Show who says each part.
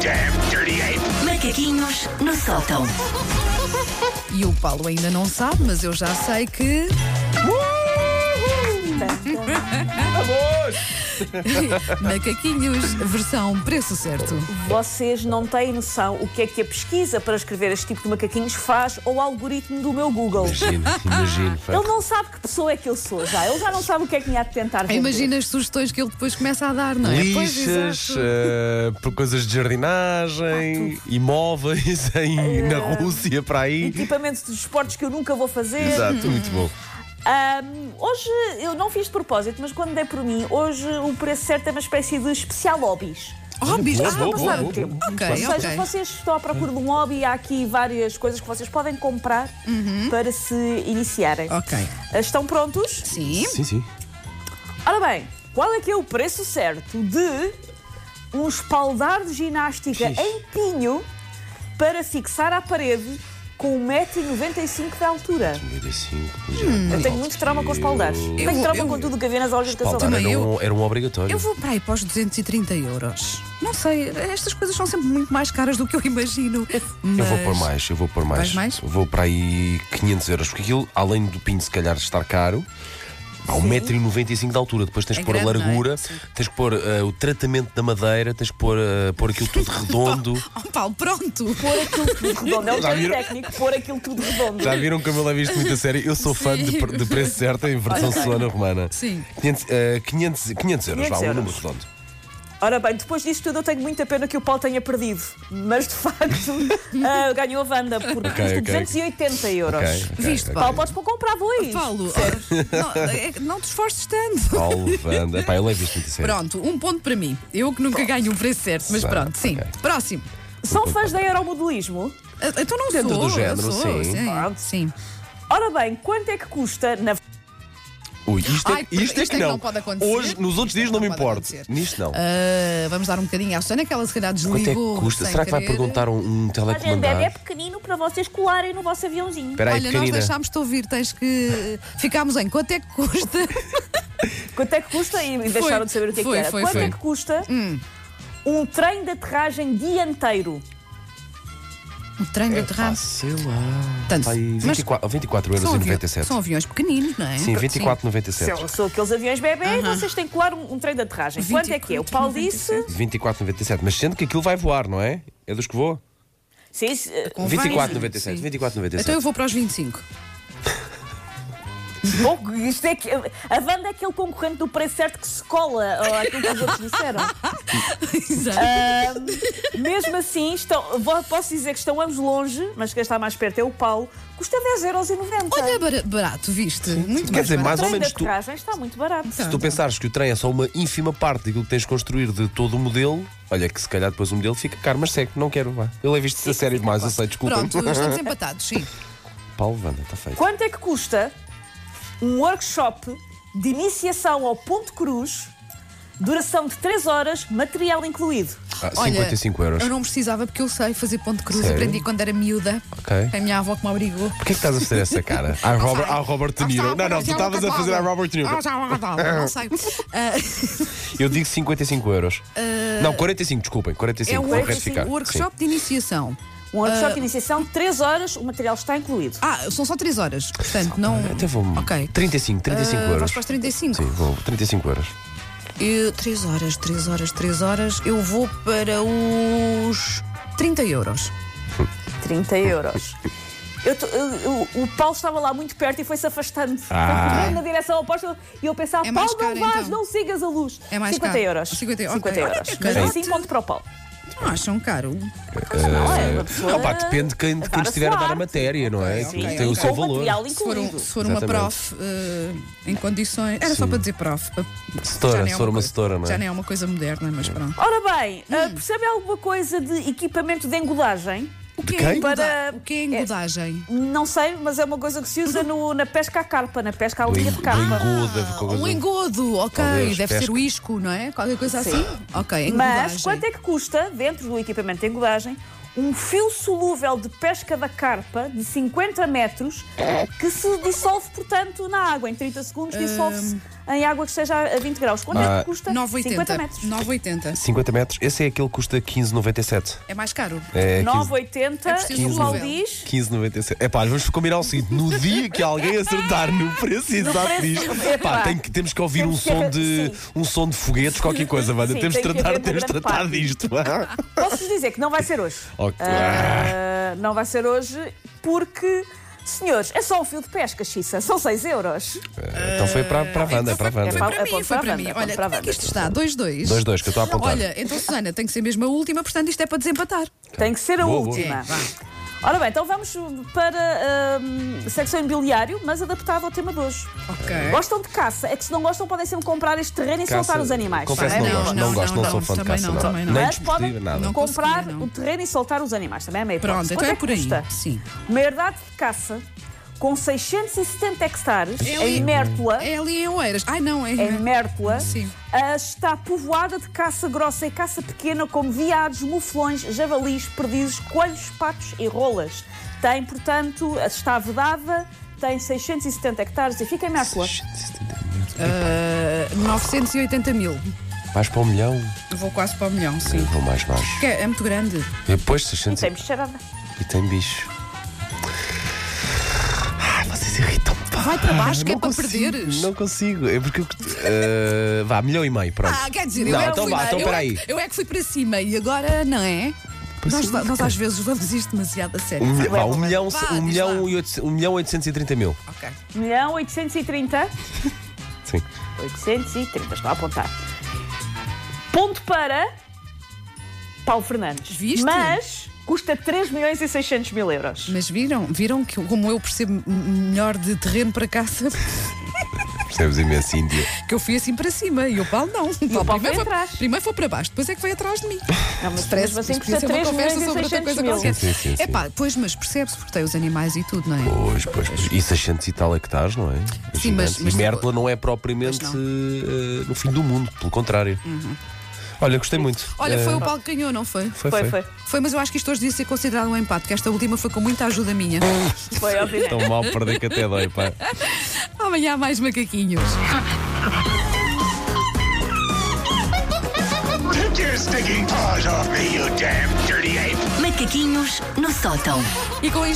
Speaker 1: damn dirty ape!
Speaker 2: Macaquinhos no sótão.
Speaker 3: E o Paulo ainda não sabe, mas eu já sei que. Macaquinhos, versão preço certo.
Speaker 4: Vocês não têm noção o que é que a pesquisa para escrever este tipo de macaquinhos faz ou o algoritmo do meu Google.
Speaker 5: Imagino, imagino. Fá.
Speaker 4: Ele não sabe que pessoa é que eu sou já. Ele já não sabe o que é que me há de tentar vender.
Speaker 3: Imagina as sugestões que ele depois começa a dar, não é? Pois,
Speaker 5: Lixas,
Speaker 3: exato. Ah,
Speaker 5: eh, por coisas de jardinagem, imóveis em, na Rússia, para aí.
Speaker 3: tipo,
Speaker 4: Equipamentos Um de esportes que eu nunca vou
Speaker 3: é.
Speaker 4: fazer.
Speaker 5: Exato, muito bom.
Speaker 4: Ahm, hoje, eu não fiz de propósito, mas quando dei por mim, hoje o preço certo é uma espécie de especial hobbies.
Speaker 3: Hobbies,
Speaker 5: Boa,
Speaker 3: ah,
Speaker 5: boa,
Speaker 3: passar
Speaker 5: boa,
Speaker 3: o tempo.
Speaker 5: boa.
Speaker 3: Ok,
Speaker 4: Ou seja,
Speaker 3: ok.
Speaker 4: vocês estão à procura de um hobby, há aqui várias coisas que vocês podem comprar para se iniciarem.
Speaker 3: Uhum. Ok.
Speaker 4: Estão prontos?
Speaker 3: Sim.
Speaker 5: Sim, sim.
Speaker 4: Ora bem, qual é que é o preço certo de um espaldar de ginástica
Speaker 5: Ixi.
Speaker 4: em pinho para fixar à parede com 1,95m de altura?
Speaker 5: 95.
Speaker 3: Hum,
Speaker 4: Eu tenho muito trauma com espaldares. Tenho trauma com tudo o que havia nas aulas de educação.
Speaker 3: Também
Speaker 5: era,
Speaker 3: eu-
Speaker 5: um, era um obrigatório.
Speaker 3: Eu vou para aí para os 230 euros. Não sei, estas coisas são sempre muito mais caras do que eu imagino.
Speaker 5: Eu
Speaker 3: Mas...
Speaker 5: vou pôr mais, eu vou pôr mais.
Speaker 3: Vais mais?
Speaker 5: Vou para aí 500 euros, porque aquilo, além do pinho se calhar estar caro, um há 1,95m de altura. Depois
Speaker 3: É
Speaker 5: tens que pôr a
Speaker 3: grande, não é?
Speaker 5: largura,
Speaker 3: Sim.
Speaker 5: tens que pôr eh, o tratamento da madeira, tens que pôr, eh, pôr aquilo tudo redondo.
Speaker 3: Oh, Paulo, pronto.
Speaker 4: Pôr aquilo tudo redondo. É o
Speaker 5: Já
Speaker 4: termo
Speaker 5: viram?
Speaker 4: técnico, pôr aquilo tudo redondo.
Speaker 5: Já viram como eu levo isto muito a sério? Eu sou fã de, pre- de preço certo em versão solana romana.
Speaker 3: Sim.
Speaker 5: 500, eh, 500, 500 euros, vá,
Speaker 4: 500
Speaker 5: um número
Speaker 4: euros.
Speaker 5: redondo.
Speaker 4: Ora bem, depois disto tudo eu tenho muita pena que o Paulo tenha perdido. Mas de facto ah, ganhou a Wanda, porque
Speaker 5: Ok,
Speaker 4: custa
Speaker 5: ok.
Speaker 4: 280 euros.
Speaker 5: Ok, ok,
Speaker 3: Viste,
Speaker 5: ok.
Speaker 3: Paulo?
Speaker 4: Paulo, podes pôr comprar dois.
Speaker 3: Paulo, não, é que não te esforces tanto.
Speaker 5: Paulo Vanda. Epá, eu levo isto muito a sério.
Speaker 3: Pronto, um ponto para mim. Eu que nunca ganho o preço certo, mas
Speaker 5: Sim,
Speaker 3: pronto, sim.
Speaker 5: ok.
Speaker 3: Próximo.
Speaker 4: São fãs da aeromodelismo?
Speaker 3: Ah, Então não
Speaker 5: Dentro
Speaker 3: sou.
Speaker 5: do
Speaker 3: eu
Speaker 5: género,
Speaker 3: sou,
Speaker 5: sim.
Speaker 3: Sim. sim.
Speaker 4: Ora bem, quanto é que custa na.
Speaker 5: Ui, isto,
Speaker 3: Ai,
Speaker 5: é, isto, é
Speaker 3: isto
Speaker 5: que
Speaker 3: é que
Speaker 5: não.
Speaker 3: não pode acontecer.
Speaker 5: Hoje, nos outros
Speaker 3: Isto é
Speaker 5: dias,
Speaker 3: que
Speaker 5: não me
Speaker 3: não pode
Speaker 5: importo.
Speaker 3: acontecer.
Speaker 5: Nisto não.
Speaker 3: Ah, vamos dar um bocadinho à Susana, que ela se calhar desligou.
Speaker 5: Quanto é que custa?
Speaker 3: sem
Speaker 5: Será que vai
Speaker 3: querer.
Speaker 5: perguntar um, um telecomandante?
Speaker 4: é pequenino para vocês colarem no vosso aviãozinho.
Speaker 5: Espera aí,
Speaker 3: Olha, nós
Speaker 5: pequenina.
Speaker 3: deixámos-te ouvir, tens que. Ficámos em quanto é que custa?
Speaker 4: Quanto é que custa? E deixaram de saber o que é que
Speaker 3: foi,
Speaker 4: era.
Speaker 3: foi,
Speaker 4: quanto
Speaker 3: foi. Hum.
Speaker 4: é que custa um trem de aterragem dianteiro?
Speaker 3: Um trem
Speaker 5: É
Speaker 3: de aterragem.
Speaker 5: sei lá.
Speaker 3: Tanto.
Speaker 5: Pá, aí
Speaker 3: Mas-
Speaker 5: 24, 24 euros
Speaker 3: São,
Speaker 5: e
Speaker 3: avi-
Speaker 5: 97.
Speaker 3: são aviões pequeninos, não é?
Speaker 5: Sim,
Speaker 4: São,
Speaker 5: 24,97.
Speaker 4: são aqueles aviões bebê vocês têm que colar um, um trem de aterragem. Quanto é que é? O Paulo disse.
Speaker 5: 24,97. Mas sendo que aquilo vai voar, não é? É dos que voa?
Speaker 4: Sim, é, se-
Speaker 3: Convém,
Speaker 5: 24,97.
Speaker 3: sim.
Speaker 5: 24,97.
Speaker 3: Então eu vou para os 25.
Speaker 4: Bom, isto é que, a Wanda é aquele concorrente do preço certo que se cola ó, àquilo que os outros disseram.
Speaker 3: Exato.
Speaker 4: Mesmo assim, estão, vo- posso dizer que estão ambos longe, mas quem está mais perto é o Paulo. Custa 10,90€.
Speaker 3: Olha, é bara- barato, viste? Muito
Speaker 5: Quer
Speaker 3: mais
Speaker 5: dizer, mais
Speaker 3: barato.
Speaker 5: ou
Speaker 4: trem
Speaker 5: menos
Speaker 4: de
Speaker 5: tu-
Speaker 4: aterragem está muito barato.
Speaker 3: Então,
Speaker 5: Se tu pensares que o trem é só uma ínfima parte daquilo que tens de construir de todo o modelo, olha que se calhar depois o modelo fica caro, mas segue, não quero, vá. Eu levo isto a sério demais, eu sei, desculpa.
Speaker 3: Pronto, estamos empatados, sim.
Speaker 5: Paulo Vanda, está feito.
Speaker 4: Quanto é que custa um workshop de iniciação ao ponto cruz, duração de 3 horas, material incluído?
Speaker 5: Ah,
Speaker 3: Olha,
Speaker 5: 55 euros.
Speaker 3: Eu não precisava porque eu sei fazer ponto de cruz.
Speaker 5: Sério?
Speaker 3: Aprendi quando era miúda.
Speaker 5: Ok.
Speaker 3: A minha avó que me obrigou.
Speaker 5: Porquê é que estás a fazer essa cara? Ao Robert, ao Robert De Niro. Não, não, tu estavas a fazer a Robert De Niro.
Speaker 3: Ah, já, já, já, Não sei. Ah,
Speaker 5: Eu digo 55 euros. Não, 45, desculpem, 45.
Speaker 3: Uh, É um
Speaker 5: vou
Speaker 3: workshop,
Speaker 5: retificar.
Speaker 3: um workshop de iniciação.
Speaker 4: Um workshop de iniciação, 3 horas, o material está incluído.
Speaker 3: Ah, são só 3 horas. Portanto, não.
Speaker 5: Sim. Até vou.
Speaker 3: Ok.
Speaker 5: 35, 35
Speaker 3: Ah,
Speaker 5: euros.
Speaker 3: Vais para os 35.
Speaker 5: Sim, vou. 35 euros.
Speaker 3: Eu, 3 horas, 3 horas, 3 horas. Eu vou para os 30 euros.
Speaker 4: 30 euros. Eu tô- eu- eu- o Paulo estava lá muito perto e foi-se afastando.
Speaker 5: Ah.
Speaker 4: Foi correndo na direção oposta e eu pensava,
Speaker 3: É mais
Speaker 4: Paulo, não
Speaker 3: caro,
Speaker 4: vás,
Speaker 3: então.
Speaker 4: não sigas a luz.
Speaker 3: É mais
Speaker 4: 50
Speaker 3: caro.
Speaker 4: euros.
Speaker 3: 50 euros, ok.
Speaker 4: euros.
Speaker 3: Olha,
Speaker 4: Mas
Speaker 3: caro.
Speaker 4: assim, ponto para o Paulo.
Speaker 3: Não acham caro?
Speaker 4: Não, é uma pessoa-
Speaker 5: Não, pá, Eh, depende de quem, de quem
Speaker 4: Para
Speaker 5: estiver a dar a
Speaker 4: suar.
Speaker 5: matéria, não é?
Speaker 3: Ok,
Speaker 5: Aquilo
Speaker 3: ok.
Speaker 5: Tem o
Speaker 4: Com
Speaker 5: seu
Speaker 4: o
Speaker 5: valor.
Speaker 4: material
Speaker 3: Se for, um-
Speaker 4: incluído.
Speaker 3: se for uma
Speaker 5: Exatamente.
Speaker 3: prof eh, em condições. Era só para dizer prof. para-
Speaker 5: Setora,
Speaker 3: já nem é
Speaker 5: se for uma
Speaker 3: coisa-
Speaker 5: setora, não é?
Speaker 3: Já nem é uma coisa moderna, mas pronto.
Speaker 4: Ora bem,
Speaker 3: Hum.
Speaker 4: ah, percebe alguma coisa de equipamento de engodagem?
Speaker 3: O que,
Speaker 5: quem?
Speaker 3: é engoda-
Speaker 4: Para-
Speaker 3: o que é engodagem?
Speaker 4: Não sei, mas é uma coisa que se usa no- na pesca à carpa, na pesca à
Speaker 5: Do
Speaker 4: linha de carpa.
Speaker 3: Ah, um engodo, ok.
Speaker 5: Oh, Deus,
Speaker 3: Deve ser
Speaker 5: pesca.
Speaker 3: o isco, não é? Qualquer coisa
Speaker 4: é. Sim.
Speaker 3: assim? Ok, engodagem.
Speaker 4: Mas quanto é que custa, dentro do equipamento de engodagem, um fio solúvel de pesca da carpa de
Speaker 3: Hum.
Speaker 4: 50 metros que se dissolve, portanto, na água? Em 30 segundos dissolve-se em água que esteja a 20 graus. Quanto é
Speaker 5: Ah,
Speaker 4: que custa? 50
Speaker 3: 980.
Speaker 4: metros.
Speaker 3: 980.
Speaker 5: 50 metros, esse é aquele que custa 15,97.
Speaker 3: É mais caro.
Speaker 5: É 15
Speaker 3: É
Speaker 4: 9,80
Speaker 3: preciso
Speaker 4: e o
Speaker 3: um
Speaker 4: Paulo
Speaker 3: nível.
Speaker 4: diz.
Speaker 5: 15,97. É pá, vamos combinar o seguinte: no dia que alguém acertar no preço exato
Speaker 4: preço,
Speaker 5: disto,
Speaker 4: é
Speaker 5: pá,
Speaker 4: pá.
Speaker 5: tem que- temos que ouvir
Speaker 4: Temos
Speaker 5: um,
Speaker 4: que
Speaker 5: som
Speaker 4: haver-
Speaker 5: de,
Speaker 4: sim.
Speaker 5: um som de foguetes, qualquer coisa, Wanda.
Speaker 4: Sim,
Speaker 5: temos de
Speaker 4: tem que
Speaker 5: tratar,
Speaker 4: haver
Speaker 5: temos de
Speaker 4: grande
Speaker 5: tratar
Speaker 4: parte.
Speaker 5: disto. vá.
Speaker 4: Posso-vos dizer que não vai ser hoje.
Speaker 5: Ok.
Speaker 4: Ah, não vai ser hoje porque, senhores, é só um fio de pesca, Xissa. São 6 euros.
Speaker 5: Então foi para, para a Wanda,
Speaker 3: Então
Speaker 5: para
Speaker 3: foi,
Speaker 5: a
Speaker 3: foi
Speaker 5: Wanda.
Speaker 4: É
Speaker 3: para mim,
Speaker 4: ponto
Speaker 3: foi
Speaker 4: para
Speaker 3: para
Speaker 4: a
Speaker 3: mim.
Speaker 4: Wanda,
Speaker 3: Olha,
Speaker 4: ponto para a
Speaker 3: como é que
Speaker 4: Wanda.
Speaker 3: isto está? 2-2.
Speaker 5: 2-2, que eu estou a apontar.
Speaker 3: Olha, então, Susana, tem que ser mesmo a última, portanto, isto é para desempatar.
Speaker 4: Tem que ser a
Speaker 5: Boa, boa.
Speaker 4: última.
Speaker 3: É, vá.
Speaker 4: Ora bem, então vamos para hum, a secção imobiliário, mas adaptada ao tema de hoje.
Speaker 3: Ok.
Speaker 4: Gostam de caça? É que se não gostam, podem sempre comprar este terreno e
Speaker 5: Caça-
Speaker 4: soltar os animais.
Speaker 5: Confesso,
Speaker 4: Também
Speaker 5: não,
Speaker 3: Não,
Speaker 4: é
Speaker 5: gosto, não,
Speaker 3: não,
Speaker 5: gosto, não,
Speaker 3: não,
Speaker 5: sou fã de
Speaker 3: também
Speaker 5: caça.
Speaker 3: não, também não.
Speaker 5: Nem
Speaker 4: Mas
Speaker 5: desportiva,
Speaker 4: podem
Speaker 5: nada.
Speaker 3: Não
Speaker 4: comprar
Speaker 3: conseguia, não.
Speaker 4: o terreno e soltar os animais. Também é meio
Speaker 3: Pronto, então é por aí. Sim.
Speaker 4: Uma herdade de caça com 670 hectares
Speaker 3: É ali.
Speaker 4: em Mértola.
Speaker 3: É ali em Oeiras. Ai, não, é.
Speaker 4: Em Mértola,
Speaker 3: Sim.
Speaker 4: ah, está povoada de caça grossa e caça pequena, como veados, muflões, javalis, perdizes, coelhos, patos e rolas. Tem, portanto, está vedada, tem 670 hectares e fica em Mértola.
Speaker 3: Ah, 980 mil.
Speaker 5: Vais para o milhão?
Speaker 3: Vou quase para o milhão, sim.
Speaker 5: Vou mais baixo.
Speaker 3: Que É, é muito grande.
Speaker 5: E depois
Speaker 4: E
Speaker 5: 600
Speaker 4: tem bicharada.
Speaker 5: E tem bicho. Ai, vocês irritam-me. pá.
Speaker 3: Vai para baixo, que é
Speaker 5: Não
Speaker 3: para
Speaker 5: consigo,
Speaker 3: perderes.
Speaker 5: Não consigo. É porque eu. eh, vá, milhão e meio, pronto.
Speaker 3: Ah, quer dizer, eu
Speaker 5: Não,
Speaker 3: é que
Speaker 5: então
Speaker 3: fui
Speaker 5: vá,
Speaker 3: para-
Speaker 5: então
Speaker 3: eu, é
Speaker 5: peraí.
Speaker 3: que- eu é que fui para cima e agora não é? Nós,
Speaker 5: cima,
Speaker 3: nós às vezes levamos isto demasiado a sério.
Speaker 5: Um, milhão- vá, um milhão,
Speaker 3: Vá,
Speaker 5: um
Speaker 3: diz
Speaker 5: milhão
Speaker 3: lá.
Speaker 5: e oitocentos- um milhão 830 mil.
Speaker 3: Ok.
Speaker 4: 1 830.
Speaker 5: Sim.
Speaker 4: 830, estou a apontar. Ponto para Paulo Fernandes.
Speaker 3: Viste?
Speaker 4: Mas custa 3 milhões e 600 mil euros.
Speaker 3: Mas viram, viram que eu- como eu percebo m- melhor de terreno para caça,
Speaker 5: Percebes imenso, Índia.
Speaker 3: que eu fui assim para cima e o Paulo não.
Speaker 4: o Paulo foi
Speaker 3: primeiro,
Speaker 4: atrás.
Speaker 3: primeiro foi para baixo, depois é que foi atrás de mim.
Speaker 4: Não, mas
Speaker 3: Stress,
Speaker 4: mesmo assim
Speaker 3: mas podia
Speaker 4: custa
Speaker 3: ser uma
Speaker 4: 3 milhões
Speaker 3: conversa
Speaker 4: e
Speaker 3: sobre outra
Speaker 4: 600
Speaker 3: coisa
Speaker 4: mil.
Speaker 3: qualquer.
Speaker 5: Sim, sim, sim, sim.
Speaker 3: É pá, pois, mas percebe-se porque tem os animais e tudo, não é?
Speaker 5: Pois, pois, pois. E 600 e tal hectares, não é? É
Speaker 3: Sim, mas-
Speaker 5: gigante.
Speaker 3: mas-
Speaker 5: e Mértola não é propriamente
Speaker 3: Pois
Speaker 5: eh, no fim do mundo, pelo contrário. Olha, gostei muito.
Speaker 3: Uhum. Olha,
Speaker 5: Eh,
Speaker 4: É.
Speaker 3: foi o Paulo que ganhou, não foi?
Speaker 5: Foi,
Speaker 4: Foi, foi.
Speaker 3: Foi, mas eu acho que isto hoje devia ser considerado um empate, que esta última foi com muita ajuda minha.
Speaker 4: Foi, obviamente.
Speaker 5: Tão mal perder que até dói, pá.
Speaker 3: Amanhã há mais macaquinhos.
Speaker 1: Take your stinking paws off me, you damn dirty ape!
Speaker 2: Macaquinhos no sótão.
Speaker 3: E com isto.